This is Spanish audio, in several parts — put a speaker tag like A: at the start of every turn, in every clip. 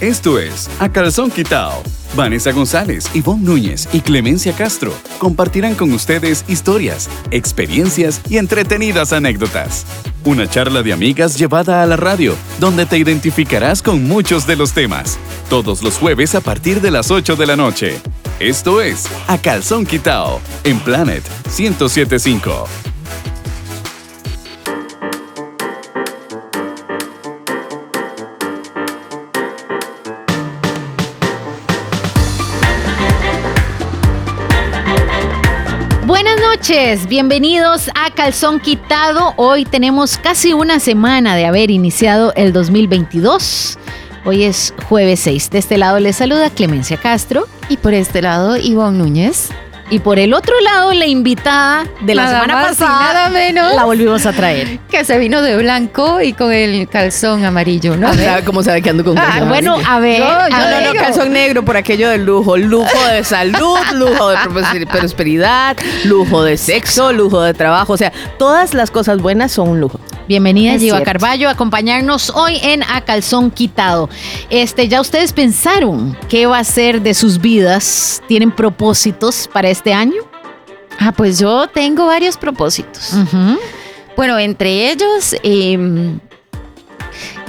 A: Esto es A Calzón Quitao. Vanessa González, Ivonne Núñez y Clemencia Castro compartirán con ustedes historias, experiencias y entretenidas anécdotas. Una charla de amigas llevada a la radio, donde te identificarás con muchos de los temas. Todos los jueves a partir de las 8 de la noche. Esto es A Calzón Quitao en Planet 1075.
B: Buenas noches, bienvenidos a Calzón Quitado. Hoy tenemos casi una semana de haber iniciado el 2022. Hoy es jueves 6. De este lado les saluda Clemencia Castro
C: Y por este lado, Ivonne Núñez.
B: y por el otro lado la invitada de la
C: Nada
B: semana
C: más y
B: pasada
C: nada menos.
B: la volvimos a traer.
C: Que se vino de blanco y con el calzón amarillo, ¿no?
D: O sea, ¿Cómo sabe que ando con
C: ¿Eh? Ah,
D: calzón
B: Bueno,
D: amarillo?
B: a ver,
C: Yo-
B: a
C: yo
D: No,
B: ver.
D: no, no,
C: digo.
D: calzón negro por aquello del lujo. Lujo de salud, lujo de prosper- prosperidad, lujo de sexo, lujo de trabajo. O sea, todas las cosas buenas son un lujo.
B: Bienvenida
D: Es
B: Giva
D: cierto.
B: Carballo a acompañarnos hoy en A Calzón Quitado. Este, ya ustedes pensaron qué va a ser de sus vidas, tienen propósitos para este año.
C: Ah, pues yo tengo varios propósitos.
B: Ujú.
C: Bueno, entre ellos, em,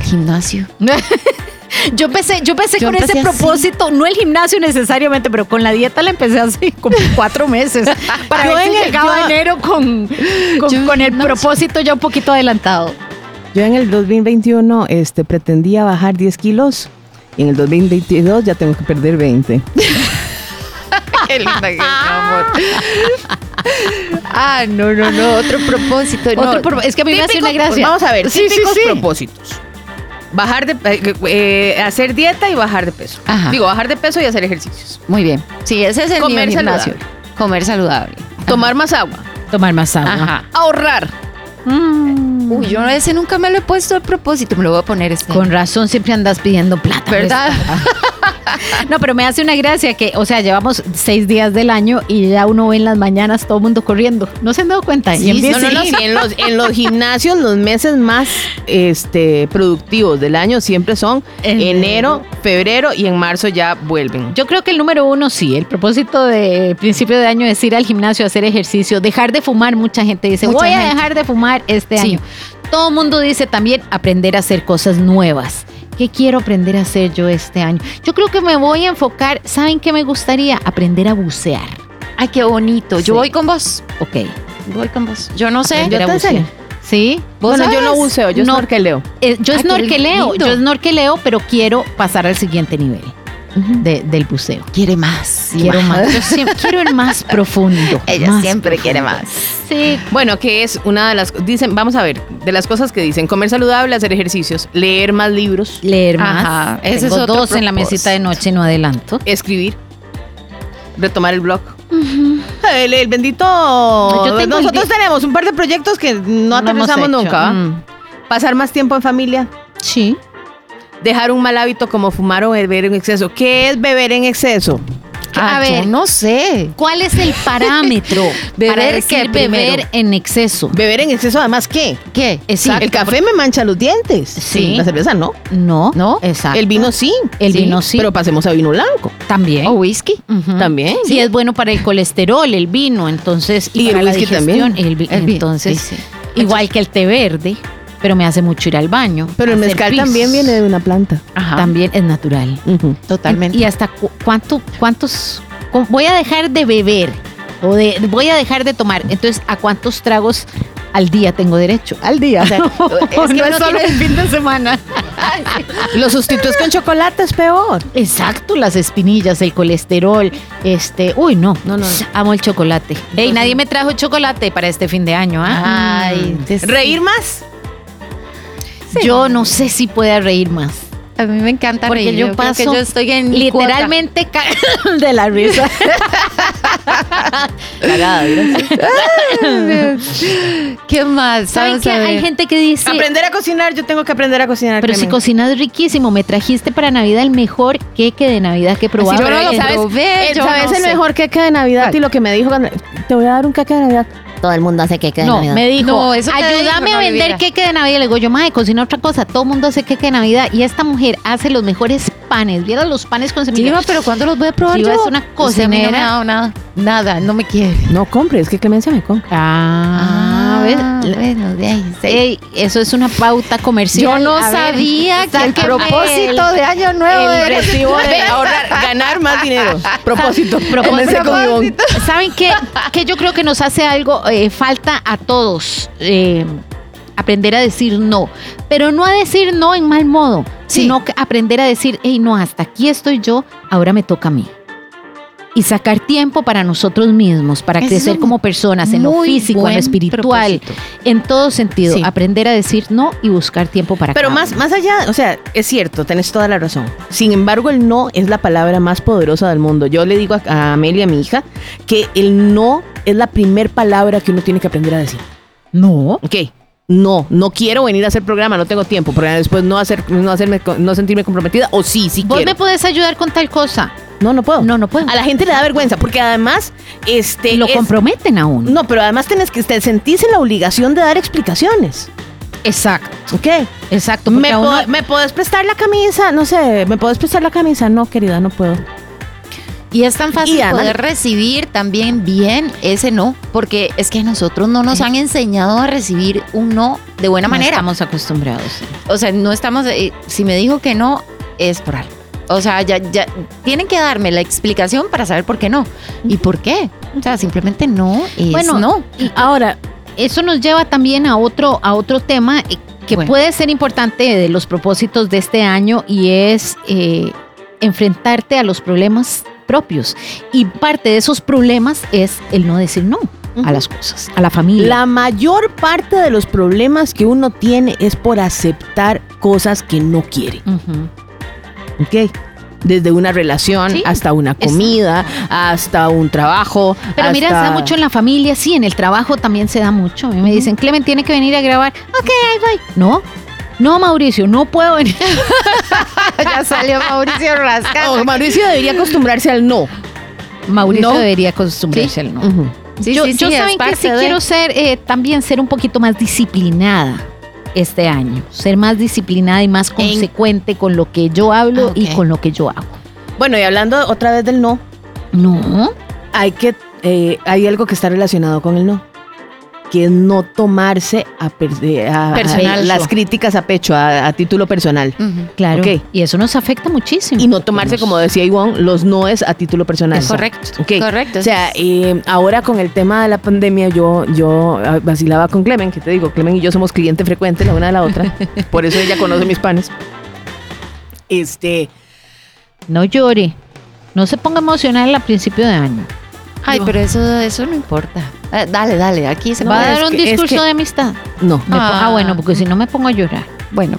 C: gimnasio.
B: Yo empecé, yo empecé
C: Yo
B: con
C: empecé
B: ese
C: así.
B: propósito, no el gimnasio necesariamente, pero con la dieta la empecé hace como cuatro meses. Para
C: Yo
B: ver si
C: en el-
B: llegaba
C: yo-
B: enero con, con,
C: Yo
B: con el
C: no sé.
B: propósito ya un poquito adelantado.
E: Yo en el 2021 este, pretendía bajar 10 kilos y en el 2022 ya tengo que perder 20.
C: Qué linda que es, mi amor. Ah, no, no, no, otro propósito. no.
B: Otro pro- es que a mí me hace
D: Típico-
B: una gracia.
D: Vamos a ver,
B: Sí, sí,
D: típicos
B: sí.
D: propósitos. Bajar de eh, eh, hacer dieta y bajar de peso.
C: Ajá.
D: Digo, bajar de peso y hacer ejercicios.
C: Muy bien. Sí, ese es el
D: Comer
C: mío, gimnasio. Comer saludable.
D: Tomar más agua.
B: Tomar más agua.
C: Ajá.
D: Ahorrar.
B: Mm.
C: Uy, yo ese nunca me lo he puesto a propósito. Me lo voy a poner este.
B: Con razón siempre andas pidiendo plata.
C: ¿Verdad?
B: No, pero me hace una gracia que, o sea, llevamos seis días del año y ya uno ve en las mañanas todo el mundo corriendo. ¿No se han dado cuenta?
D: Sí,
B: Y en bici.
D: no, no, no,
E: Sí, en los, en los gimnasios los meses más este, productivos del año siempre son
B: Enero.
E: enero, febrero y en marzo ya vuelven.
B: Yo creo que el número uno sí, el propósito de principio de año es ir al gimnasio, hacer ejercicio, dejar de fumar. Mucha gente dice,
C: Mucha
B: voy a
C: gente.
B: dejar de fumar este
C: Sí.
B: año. Todo el mundo dice también aprender a hacer cosas nuevas. ¿Qué quiero aprender a hacer yo este año? Yo creo que me voy a enfocar, ¿saben qué me gustaría? Aprender a bucear.
C: Ay, qué bonito.
B: Sí.
C: Yo voy con vos.
B: Ok.
C: Voy con vos. Yo no sé.
B: aprender a
E: te
B: bucear.
E: enseño.
B: ¿Sí?
E: Bueno, yo no
B: sabes?
E: buceo, yo
B: No.
E: snorkeleo.
B: Eh, yo
C: Ay, qué
B: snorkeleo,
C: lindo.
B: yo snorkeleo, pero quiero pasar al siguiente nivel de- del buceo.
C: Quiere más. y
B: Quiero más. Yo siempre- quiero el más profundo.
C: Ella
B: más
C: siempre quiere más.
B: Sí,
D: Bueno, que es una de las dicen, vamos a ver, de las cosas que dicen, comer saludable, hacer ejercicios, leer más libros,
B: leer más.
C: Ajá, ese
B: Tengo
C: es otro
B: dos en la mesita de noche, no adelanto.
D: escribir, retomar el blog. el, el bendito.
B: Yo tengo el
D: Nosotros
B: di-
D: tenemos un par de proyectos que no,
B: No hemos
D: aterrizamos
B: hecho.
D: nunca. ¿va?
B: Mm.
D: Pasar más tiempo en familia,
B: Sí.
D: dejar un mal hábito como fumar o beber en exceso. ¿Qué es beber en exceso?
B: A
C: a
B: ver.
C: ver, Ah, no sé.
B: ¿Cuál es el parámetro para
C: Beber,
B: decir
C: ¿qué primero?
B: beber en exceso?
D: Beber en exceso, además, ¿qué?
C: ¿Qué?
B: Exacto.
D: El café me mancha los dientes.
B: Sí.
D: La cerveza no.
B: No,
C: ¿No?
B: exacto.
D: El
B: El,
D: vino sí.
C: sí,
B: vino sí,
D: Pero pasemos a vino blanco
B: también.
C: ¿O whisky?
B: Ujú.
D: también.
B: Sí, Oh. es bueno para el colesterol, el vino, entonces.
D: Y el
B: para la
D: whisky
B: digestión,
D: también.
B: el vi-
C: El vi-
B: entonces,
C: sí, sí.
B: igual que el té verde, pero me hace mucho ir al baño.
D: Pero el
B: hacer
D: mezcal
B: pis.
E: También viene de una planta.
C: Ajá.
B: También es natural.
E: Ujú.
C: Totalmente.
B: ¿Y hasta cu- cuánto, cuántos? cu- Voy a dejar de beber o de, voy a dejar de tomar. Entonces, ¿a cuántos tragos al día tengo derecho?
E: Al día.
B: no es solo el fin de semana.
E: Lo sustituyes con chocolate, es peor.
B: Exacto, las espinillas, el colesterol, este, uy, no, no, no, amo el chocolate. Ey, nadie me trajo chocolate para este fin de año, ¿ah?
C: Ay, des-
D: Mm. Reír más.
B: Yo no sé si pueda reír más.
C: A mí me encanta
B: Porque
C: reír.
B: yo
C: creo
B: paso
C: que yo estoy en mi cuota.
B: Literalmente ca- de la risa.
C: ¿Qué más?
B: ¿Saben
C: Vamos
B: qué?
C: a ver.
B: Hay gente que dice,
D: Aprender a cocinar, yo tengo que aprender a cocinar.
B: pero si
D: Clemen.
B: cocinas riquísimo, me trajiste para Navidad el mejor queque de Navidad que he probado.
C: yo no lo
B: en-
C: probé,
D: el-
C: yo
D: ¿sabes
C: no
D: el
C: sé.
D: mejor queque de Navidad?
E: Y lo que me dijo, te voy a dar un caca de Navidad.
F: todo el mundo hace queque de
B: No,
F: Navidad.
B: me dijo,
C: No, eso te
B: ayúdame
C: dijo,
B: a
C: no,
B: vender
C: Olivera.
B: queque de Navidad. Le digo yo, madre, cocina otra cosa. Todo el mundo hace queque de Navidad y esta mujer hace los mejores panes. Vieron los panes con semillas.
C: Diva, pero ¿cuándo los voy a probar
B: Diva,
C: yo?
B: es una
C: O sea, a mí no me ha
B: cocinera.
C: dado nada, nada, no me quiere.
E: No compre, es que Clemencia me compra.
B: Ah, ¿ves?
C: bueno, de ahí. sí.
B: Ey, eso es una pauta comercial.
C: Yo no
B: A ver,
C: sabía que el
B: sáquenme
C: propósito de Año Nuevo
D: El
C: era...
D: objetivo de ahorrar, ganar más dinero. Propósito. Comencé con Ivonne.
B: ¿Saben qué? Que yo creo que nos hace algo, eh, falta a todos eh, aprender a decir no, pero no a decir no en mal modo,
C: Sí.
B: sino que aprender a decir, hey, no, hasta aquí estoy yo, ahora me toca a mí. Y sacar tiempo para nosotros mismos, para
C: Ese es
B: crecer
C: un
B: como personas, en lo
C: muy
B: físico, en
C: buen
B: lo espiritual,
C: propósito.
B: en todo sentido.
C: Sí.
B: Aprender a decir no y buscar tiempo para
D: Pero
B: cada
D: más,
B: uno.
D: más allá, o sea, es cierto, tenés toda la razón. Sin embargo, el no es la palabra más poderosa del mundo. Yo le digo a, a Amelia, mi hija, que el no es la primer palabra que uno tiene que aprender a decir.
B: No.
D: Ok, no, no quiero venir a hacer programa, no tengo tiempo, pero después no, hacer, no, hacerme, co- no sentirme comprometida, o sí, sí
B: Vos
D: quiero.
B: me podés ayudar con tal cosa.
D: No, no puedo.
B: No, no puedo.
D: A la gente le da vergüenza, porque además, este...
B: Lo
D: es-
B: comprometen a uno.
D: No, pero además tenés que te sentís en la obligación de dar explicaciones.
B: Exacto,
D: Ok.
B: exacto. porque
D: ¿Me,
B: a uno-
D: po- ¿Me podés prestar la camisa? No sé, ¿me podés prestar la camisa? No, querida, no puedo.
C: Y es tan fácil
D: Y además-
C: poder recibir también bien ese no, porque es que nosotros no nos han enseñado a recibir un no de buena
B: No
C: manera.
B: Estamos acostumbrados.
C: O sea, no estamos. eh, si me dijo que no, es por algo. O sea, ya, ya tienen que darme la explicación para saber por qué no. ¿Y por qué? O sea, simplemente no es
B: Bueno,
C: no.
B: Ahora, eso nos lleva también a otro, a otro tema eh, que
C: Bueno.
B: puede ser importante de los propósitos de este año y es eh, enfrentarte a los problemas propios. Y parte de esos problemas es el no decir no a las cosas, a la familia.
D: La mayor parte de los problemas que uno tiene es por aceptar cosas que no quiere.
B: Ujú.
D: ¿Ok? Desde una relación
B: Sí,
D: hasta una
B: exacto.
D: comida, hasta un trabajo.
B: Pero mira, se
D: hasta-
B: da mucho en la familia, sí, en el trabajo también se da mucho. A mí me dicen, Clemen tiene que venir a grabar. Ok, ahí voy. No, no, Mauricio, no puedo venir.
C: ya salió Mauricio Rasca.
D: Oh, Mauricio debería acostumbrarse al no.
B: Mauricio
C: No.
B: debería acostumbrarse al no.
D: Ujú.
B: yo yo saben que sí quiero ser eh, también ser un poquito más disciplinada este año, ser más disciplinada y más consecuente con lo que yo hablo
C: Ah,
B: y
C: ok.
B: con lo que yo hago.
D: Bueno, y hablando otra vez del no,
B: No,
D: hay que eh, hay algo que está relacionado con el no que es no tomarse a, per- eh, a- a-
C: Personal.
D: las críticas a pecho a, a título personal
B: claro.
D: Ok.
B: Y eso nos afecta muchísimo.
D: y no tomarse como decía Ivonne los noes a título personal
C: Es correcto.
D: Ok.
C: Correcto.
D: o sea eh, ahora con el tema de la pandemia yo yo ah, vacilaba con Clemen que te digo Clemen y yo somos clientes frecuentes la una de la otra por eso ella conoce mis panes este
B: No llore. No se ponga emocional al principio de año.
C: Ay, pero eso, eso no importa. Ah, Dale, dale, aquí se
B: Va
C: puede.
B: a dar
D: es
B: un
D: que- es
B: discurso
D: que-
B: de amistad.
D: no
B: Me po- ah,
C: Ah.
B: bueno, porque si no me pongo a llorar.
C: Bueno,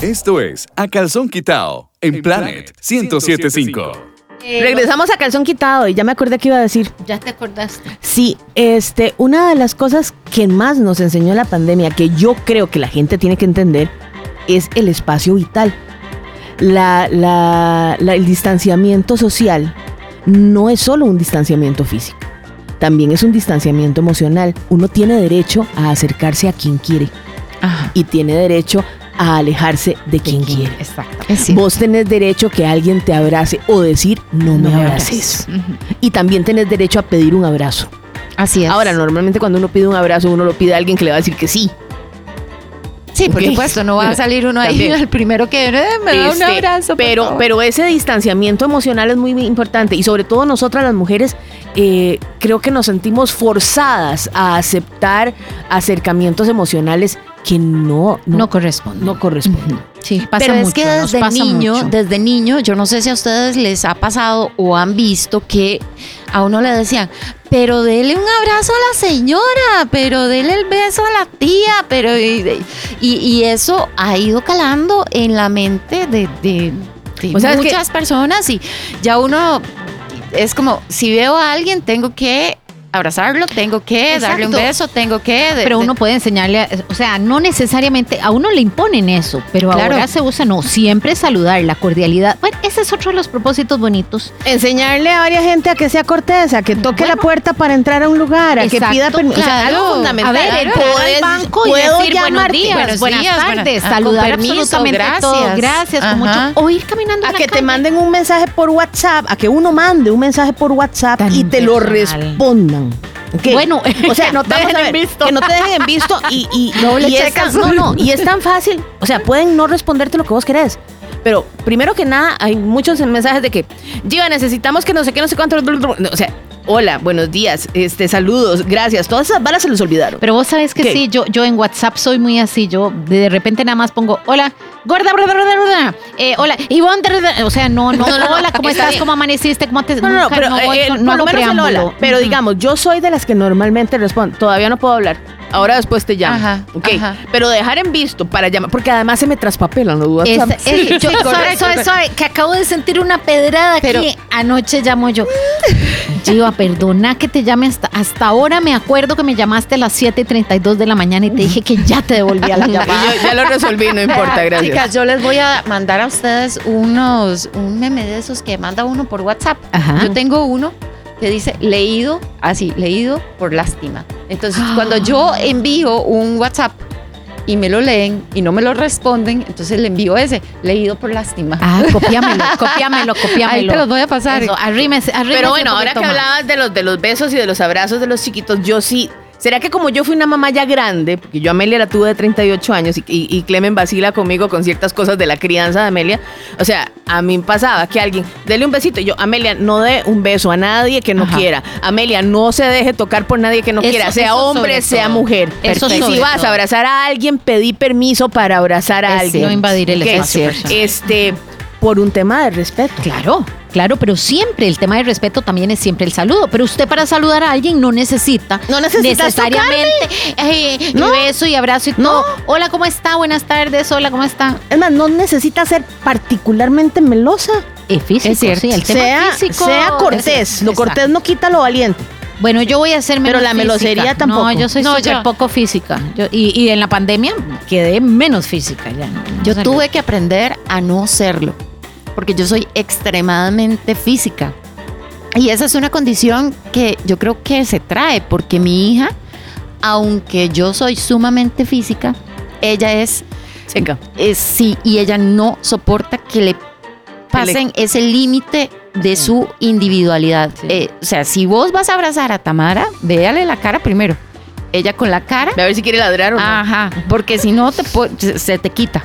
A: Esto es A Calzón Quitao en Planet 1075.
C: Eh,
D: regresamos a calzón quitado y ya me acordé que iba a decir
B: Ya te acordaste.
D: Sí, este, una de las cosas que más nos enseñó la pandemia, que yo creo que la gente tiene que entender, es el espacio vital. La- la- la- el distanciamiento social no es solo un distanciamiento físico, también es un distanciamiento emocional. Uno tiene derecho a acercarse a quien quiere y tiene derecho a alejarse de quien quiere.
B: Exacto.
C: sí.
D: Vos tenés derecho que alguien te abrace o decir no, me, abraces. Y también tenés derecho a pedir un abrazo.
C: así es.
D: Ahora, normalmente cuando uno pide un abrazo, uno lo pide a alguien que le va a decir que sí.
C: Sí, por
D: Ok.
C: supuesto, no va a salir uno ahí
D: También.
C: el primero que eh, me da un
D: Este,
C: abrazo. por
D: Pero,
C: favor.
D: pero ese distanciamiento emocional es muy importante y sobre todo nosotras las mujeres eh, creo que nos sentimos forzadas a aceptar acercamientos emocionales que no,
B: No,
D: no, no,
B: corresponde.
D: corresponden.
B: Sí, pasa
C: Pero es
B: mucho,
C: que
B: nos
C: desde
B: pasa
C: niño,
B: mucho.
C: desde niño, yo no sé si a ustedes les ha pasado o han visto que a uno le decían, pero dele un abrazo a la señora, pero dele el beso a la tía, pero y, y- y eso ha ido calando en la mente de, de- de
D: O sea, es que-
C: muchas personas y ya uno es como, si veo a alguien tengo que abrazarlo, tengo que darle un
B: Exacto.
C: beso, tengo que... de-
B: Pero
C: de-
B: uno puede enseñarle, a- o sea, no necesariamente, a uno le imponen eso, pero
C: Claro.
B: ahora se usa, no, siempre saludar, la cordialidad. Bueno, ese es otro de los propósitos bonitos.
D: Enseñarle a varias gente a que sea cortés, a que toque la puerta para entrar a un lugar, a
B: Exacto,
D: que pida permiso.
C: claro.
D: algo fundamental.
B: A ver, el
D: Puedo
B: poder
D: al
B: del banco y
D: puedo
B: decir buenos
D: llamarte.
B: días,
C: buenos
B: buenas
C: días, buenas-
B: tardes,
C: ah, con
B: saludar
C: permiso,
B: absolutamente
C: gracias.
B: todo. Gracias, con
C: Ajá.
B: mucho. O ir caminando
D: A
B: en la
D: que te
B: calle.
D: manden un mensaje por WhatsApp, a que uno mande un mensaje por WhatsApp
B: Tan
D: y te lo
B: impersonal.
D: respondan. ¿ok?
B: Bueno,
D: o sea, no te
B: vamos
D: dejen
B: a
D: en
B: ver.
D: visto. Que no te dejen en visto y, y,
B: Doble
D: y es
B: checa
D: tan-
B: solo.
D: no, no, y es tan fácil. O sea, pueden no responderte lo que vos querés. Pero primero que nada, hay muchos mensajes de que, Giva, necesitamos que no sé qué, no sé cuánto. blu, blu, blu". O sea, hola, buenos días, este, saludos, gracias. Todas esas balas se les olvidaron.
B: Pero vos sabes que
D: ¿Qué?
B: sí, yo, yo en WhatsApp soy muy así, yo de repente nada más pongo, hola, gorda, gorda, gorda, gorda, eh, hola, Ivonne, da, da, da". o sea, no, no, hola, ¿cómo
C: está
B: estás?
C: bien.
B: ¿Cómo amaneciste? ¿Cómo te
D: No, no, no,
B: nunca,
D: pero
B: voy
D: eh,
B: con-
D: el- por lo
B: hago
D: menos el hola.
B: preámbulo.
D: Pero
B: Ujú.
D: digamos, yo soy de las que normalmente respondo. Todavía no puedo hablar. Ahora después te llamo.
C: Ajá,
D: ok.
C: ajá.
D: Pero dejar en visto para llamar. Porque además se me traspapelan los
B: Es,
D: WhatsApp.
B: es- yo, suave, suave, suave, que acabo de sentir una pedrada
C: Pero-
B: que anoche llamó yo. Giva, perdona que te llame hasta, hasta ahora. Me acuerdo que me llamaste a las 7.32 de la mañana y te dije que ya te devolvía la llamada.
D: Y yo ya lo resolví, no importa, gracias.
C: Chicas, yo les voy a mandar a ustedes unos, un meme de esos que manda uno por WhatsApp.
B: Ajá.
C: Yo tengo uno que dice leído, así, leído por lástima. Entonces, cuando yo envío un WhatsApp y me lo leen y no me lo responden, entonces le envío ese, leído por lástima.
B: Ah, copiámelo, copiámelo, copiámelo.
C: Ahí te los voy a pasar.
B: Eso, arrímese, arrímese
D: Pero bueno,
B: un
D: ahora que
B: poquito más.
D: hablabas de los, de los besos y de los abrazos de los chiquitos, yo sí. ¿Será que como yo fui una mamá ya grande, porque yo a Amelia la tuve de 38 años y, y, y Clemen vacila conmigo con ciertas cosas de la crianza de Amelia? O sea, a mí me pasaba que alguien, dele un besito, y yo, Amelia, no dé un beso a nadie que no
B: Ajá.
D: quiera. Amelia, no se deje tocar por nadie que no
B: Eso-
D: quiera, sea
B: eso sobre
D: hombre, sea
B: todo.
D: mujer.
B: Eso
D: y si
B: sobre
D: vas
B: todo.
D: a abrazar a alguien, pedí permiso para abrazar a
B: Es
D: alguien.
B: no invadir el
D: ¿Ok?
B: espacio personal.
D: Este, por un tema de respeto.
B: Claro, claro, pero siempre el tema del respeto también es siempre el saludo. Pero usted para saludar a alguien no necesita
D: No necesitas
B: necesariamente eh,
D: No.
B: beso y abrazo y todo. Hola, ¿cómo está? Buenas tardes. Hola, ¿cómo está?
D: Es más, no necesita ser particularmente melosa.
B: Es físico,
C: Es cierto.
B: sí, el tema
D: Sea,
B: físico.
D: sea
B: es-
D: cortés. Lo
B: exacto.
D: cortés no quita lo valiente.
B: Bueno, yo voy a ser menos
D: Pero la melosería
B: física. No,
D: tampoco.
B: yo soy
C: No,
B: súper
C: yo-
B: poco física. Yo- y, y en la pandemia quedé menos física ya. no- no
C: Yo
B: salió.
C: tuve que aprender a no serlo, porque yo soy extremadamente física. Y esa es una condición que yo creo que se trae, porque mi hija, aunque yo soy sumamente física, ella es,
D: Seca.
C: es sí, y ella no soporta que le pasen ese límite de
B: Sí.
C: su individualidad.
B: Sí.
C: Eh, o sea, si vos vas a abrazar a Tamara, véale la cara primero. Ella con la cara
D: A ver si quiere ladrar o no.
C: Ajá, porque si no te po- se- se te quita.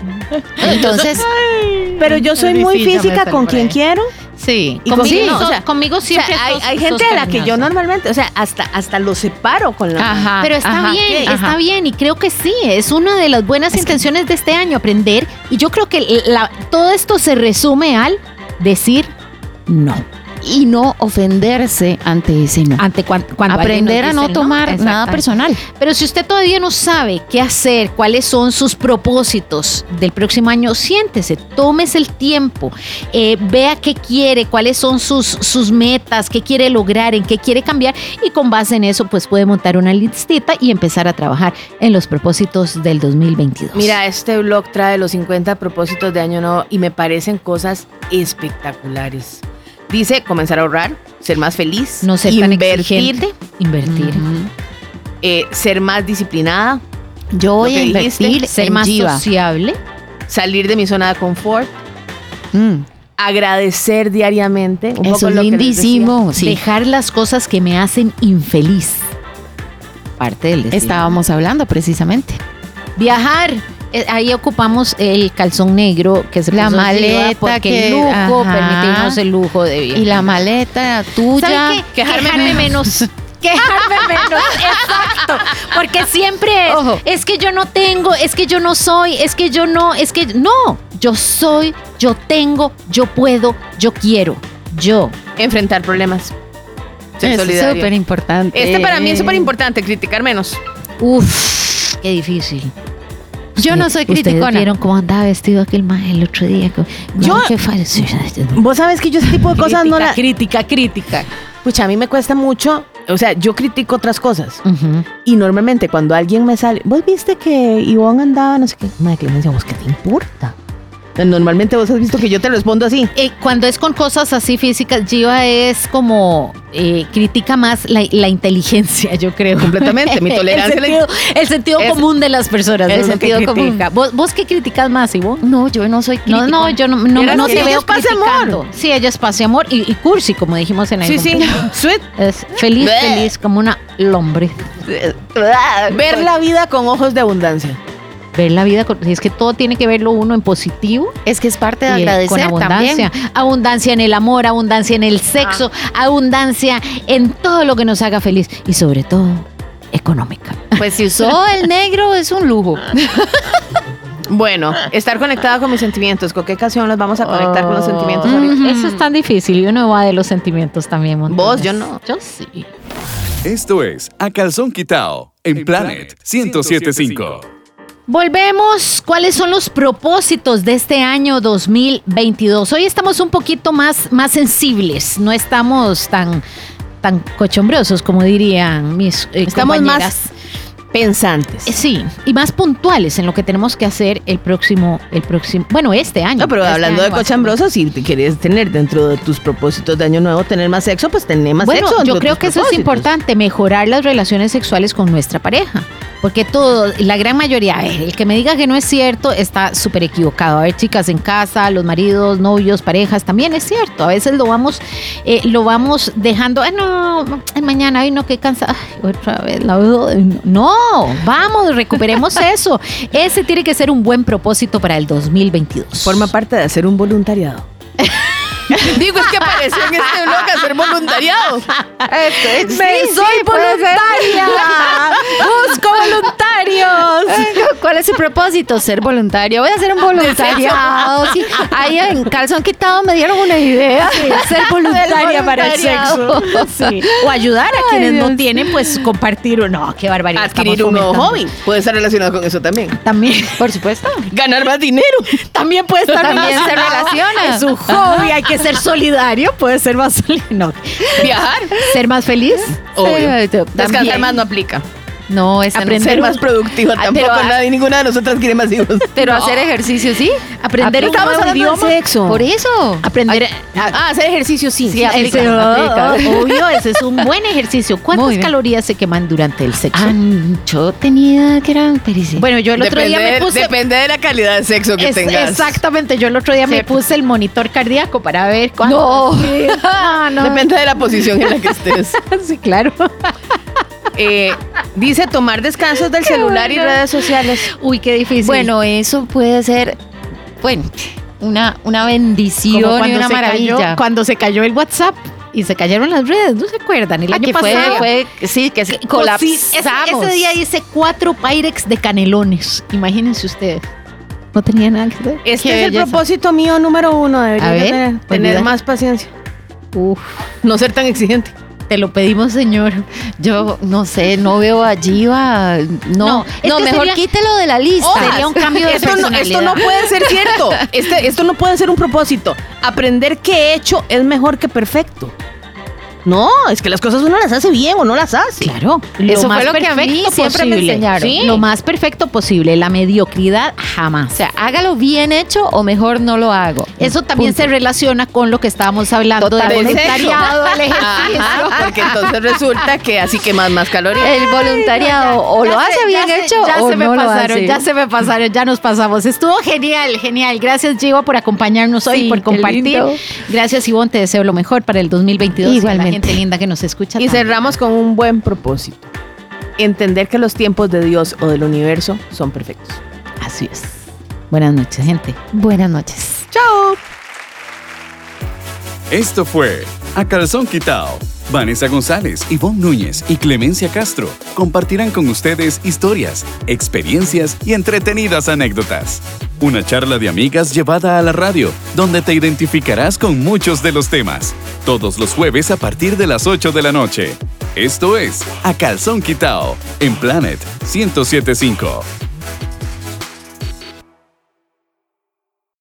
C: Entonces,
D: Pero yo soy muy física con quien quiero.
B: Sí,
D: Y
B: conmigo,
D: conmigo,
B: sos-
D: o sea,
B: conmigo
D: O sea,
B: siempre.
D: hay,
B: sos-
D: hay
B: sos
D: gente a la que yo
B: cariñosa.
D: normalmente, o sea, hasta, hasta lo separo con la mano.
C: ajá.
B: Pero está
C: ajá.
B: bien,
C: Ajá.
B: está bien y creo que sí, es una de las buenas intenciones de este año, aprender y yo creo que la- todo esto se resume al decir no,
C: Y no ofenderse ante ese no.
B: ante cuan- cuando alguien nos
C: Aprender a
B: dice
C: no
B: el
C: tomar nada
B: exactamente.
C: personal.
B: Pero si usted todavía no sabe qué hacer, cuáles son sus propósitos del próximo año, siéntese, tómese el tiempo, eh, vea qué quiere, cuáles son sus, sus metas, qué quiere lograr, en qué quiere cambiar y con base en eso pues puede montar una listita y empezar a trabajar en los propósitos del 2022.
D: Mira, este blog trae los 50 propósitos de año nuevo y me parecen cosas espectaculares. Dice comenzar a ahorrar, ser más feliz,
B: no ser tan
D: invertir,
B: exigente, invertir,
D: eh, ser más disciplinada,
C: Yo voy
D: Lo
C: a
D: que
C: invertir
D: dijiste,
B: ser
C: en
B: más
C: Giva.
B: sociable.
D: salir de mi zona de confort,
C: Mm,
D: agradecer diariamente. Un
C: Eso
D: poco
C: es
D: lo que les
C: lindísimo. sí.
B: Dejar las cosas que me hacen infeliz. Parte del destino.
C: Estábamos hablando precisamente.
B: Viajar. eh, Ahí ocupamos el calzón negro que se
C: La
B: puso Giva,
C: maleta
B: porque
C: que-
B: el lujo
C: ajá.
B: permitirnos el lujo de viajar.
C: Y la maleta tuya.
B: ¿Saben qué? Quejarme, menos. Quejarme menos, exacto. Porque siempre es,
C: Ojo.
B: es que yo no tengo, es que yo no soy, es que yo no, es que no. Yo soy, yo tengo, yo puedo, yo quiero. Yo.
D: decía. Enfrentar problemas. Ser
C: Eso es
D: solidario.
C: súper importante.
D: Este para mí es súper importante, criticar menos.
B: Uf, qué difícil.
C: Yo no soy
B: Ustedes
C: criticona.
B: vieron cómo andaba vestido aquel más el otro día.
D: Yo-
B: Yo. Qué falso.
D: Vos sabes que yo ese tipo de cosas no las...
B: crítica, crítica.
D: Escucha, a mí me cuesta mucho o sea, yo critico otras cosas.
B: Ujú.
D: Y normalmente cuando alguien me sale, vos viste que Ivonne andaba, no sé qué, madre Clemencia, vos qué te importa. Normalmente vos has visto que yo te respondo así.
B: Eh, cuando es con cosas así físicas, Giva es como eh, critica más la, la inteligencia, yo creo.
E: Completamente, mi tolerancia
B: El
E: a la-
B: sentido, el sentido
E: es-
B: común de las personas.
E: el
B: es lo que
E: sentido común.
B: critica. ¿Vos, vos qué criticas más, Ivo?
C: No, yo no soy crítica.
B: No, no, yo no, no,
E: Pero
B: no
E: es
B: te
E: que
B: veo
E: ella es paz y amor.
B: criticando. Sí, ella es paz y amor y, y cursi, como dijimos en algún punto.
D: Sweet.
B: Es feliz, feliz, como una lombre.
D: Ver la vida con ojos de abundancia.
B: Ver la vida, con- es que todo tiene que verlo uno en positivo
C: Es que es parte de
B: y, eh,
C: agradecer
B: con abundancia.
C: también.
B: Abundancia en el amor, abundancia en el sexo, abundancia en todo lo que nos haga feliz y sobre todo económica.
C: Pues si usó el negro es un lujo.
E: Bueno, estar conectada con mis sentimientos. ¿Con qué ocasión los vamos a conectar con los sentimientos ahorita?
B: Ujú. Eso es tan difícil y uno va de los sentimientos también. montones.
E: Vos, yo no.
B: Yo sí.
A: Esto es A Calzón Quitao en Planet 1075.
B: Volvemos. ¿Cuáles son los propósitos de este año 2022? Hoy estamos un poquito más, más sensibles, no estamos tan, tan cochombrosos como dirían mis eh,
D: Estamos
B: compañeras.
D: más pensantes.
B: Eh, Sí, y más puntuales en lo que tenemos que hacer el próximo, el próximo, bueno, este año.
D: No, pero
B: Este
D: hablando
B: año
D: de
B: va a ser-
D: cochambrosos, si te quieres tener dentro de tus propósitos de año nuevo, tener más sexo, pues tener más
B: Bueno,
D: sexo.
B: yo
D: dentro de
B: creo
D: tus
B: que eso es
D: propósitos.
B: importante, mejorar las relaciones sexuales con nuestra pareja. Porque todo, la gran mayoría, a ver, el que me diga que no es cierto está súper equivocado. A ver, chicas en casa, los maridos, novios, parejas, también es cierto. A veces lo vamos, eh, lo vamos dejando, ah, no, ay, mañana, ay, no, qué cansa, ay, otra vez, la duda". No, vamos, recuperemos eso. Ese tiene que ser un buen propósito para el 2022.
D: Forma parte de hacer un voluntariado.
E: Digo, es que apareció en este blog hacer voluntariado.
C: Ah,
D: ¡Me soy voluntaria! ¡Busco voluntarios!
C: ¿Cuál es su propósito? Ser voluntario. Voy a ser un voluntariado. Sí, ahí en calzón quitado me dieron una idea.
B: ser voluntaria para el sexo.
C: voluntariado.
B: Sí. O ayudar a quienes no tienen, pues compartir o no. Qué barbaridad.
E: Adquirir
B: estamos
E: un nuevo
B: fomentando.
E: hobby. Puede estar relacionado con eso también.
B: También.
C: Por supuesto.
E: Ganar más dinero.
B: También puede estar
C: También se
B: relacionado.
C: relaciona.
B: Es un hobby, hay que ser solidario, puede ser más solidario. No.
E: Viajar.
B: Ser más feliz.
E: Obvio.
C: Eh, también.
E: Descansar más no aplica.
C: No, esa no.
B: Aprender
E: Ser
B: un-
E: más productiva
C: Ah,
E: tampoco.
C: pero a-
E: nadie, ninguna de nosotras quiere más hijos.
C: Pero hacer ejercicio, sí.
B: Aprender un
C: Estamos
B: nuevo
C: hablando de
B: idioma.
D: sexo.
C: Por eso.
B: Aprender. Ah,
E: Ah, hacer ejercicio sí.
C: Sí, aplica,
B: ese-
C: aplica.
B: Obvio, ese es un buen ejercicio.
C: Muy
B: ¿Cuántas
C: bien.
B: calorías se queman durante el sexo?
C: Ah, yo tenía que eran, pero sí.
B: Bueno, yo el otro
E: depende,
B: día me
E: de-
B: puse.
E: depende de la calidad de sexo que
B: Es-
E: tengas.
B: Exactamente, yo el otro día me puse el monitor cardíaco para ver cuánto.
C: No.
B: Sí. Ah, no.
E: Depende de la posición en la que estés.
B: Sí, claro.
E: Eh, dice tomar descansos del celular y redes sociales.
B: Uy, qué difícil.
C: Bueno, eso puede ser, bueno, una, una bendición
B: Como
C: y
B: cuando
C: una
B: se
C: maravilla.
B: Cayó, cuando se cayó el WhatsApp y se cayeron las redes, ¿no se acuerdan? El
C: Ah,
B: año
C: que fue-
B: pasado.
C: fue, sí, que se- colapsamos.
B: Ese, ese día hice cuatro Pyrex de canelones. Imagínense ustedes. No tenía nada que ver.
D: Este
C: Qué
D: es el
C: belleza.
D: propósito mío número uno. Debería
B: A ver,
D: tener, tener
B: olvida.
D: más paciencia.
B: Uf,
E: No ser tan exigente.
B: te lo pedimos, señor.
C: Yo no sé, no veo a Giva. No,
B: No,
C: no,
B: es que
C: mejor
B: sería-
C: quítelo de la lista.
B: Hojas. Sería un cambio de
E: esto no, esto no
B: personalidad.
E: puede ser cierto.
D: Este, esto no puede ser un propósito. Aprender que hecho es mejor que perfecto. No, es que las cosas uno las hace bien o no las hace.
B: Claro, lo
C: Eso fue
B: más
C: lo que a mí
B: perfecto
C: siempre me
B: posible.
C: enseñaron.
B: Sí. Lo más perfecto posible, la mediocridad jamás.
C: O sea, hágalo bien hecho o mejor no lo hago.
B: Eso también
C: Punto.
B: se relaciona con lo que estábamos hablando
E: Total,
B: del
E: del
B: voluntariado, del ejercicio.
E: Ajá, porque entonces resulta que así quemas más calorías.
C: El voluntariado o
B: Ya
C: lo
B: se-
C: hace bien
B: ya se-
C: hecho
B: ya
C: o
B: se me
C: no lo
B: pasaron,
C: hace.
B: ya se me pasaron, ya nos pasamos. Estuvo genial, genial. Gracias, Giva, por acompañarnos hoy,
C: Sí,
B: y por
C: qué
B: compartir.
C: lindo.
B: Gracias, Ivonne, te deseo lo mejor para el 2022 y a la gente
C: Igualmente.
B: linda que nos escucha.
E: Y
B: tanto.
E: cerramos con un buen propósito. Entender que los tiempos de Dios o del universo son perfectos.
B: Así es. Buenas noches, gente.
C: Buenas noches.
A: Esto fue A Calzón Quitao. Vanessa González, Ivonne Núñez y Clemencia Castro compartirán con ustedes historias, experiencias y entretenidas anécdotas. Una charla de amigas llevada a la radio, donde te identificarás con muchos de los temas. Todos los jueves a partir de las 8 de la noche. Esto es A Calzón Quitao en Planet 1075.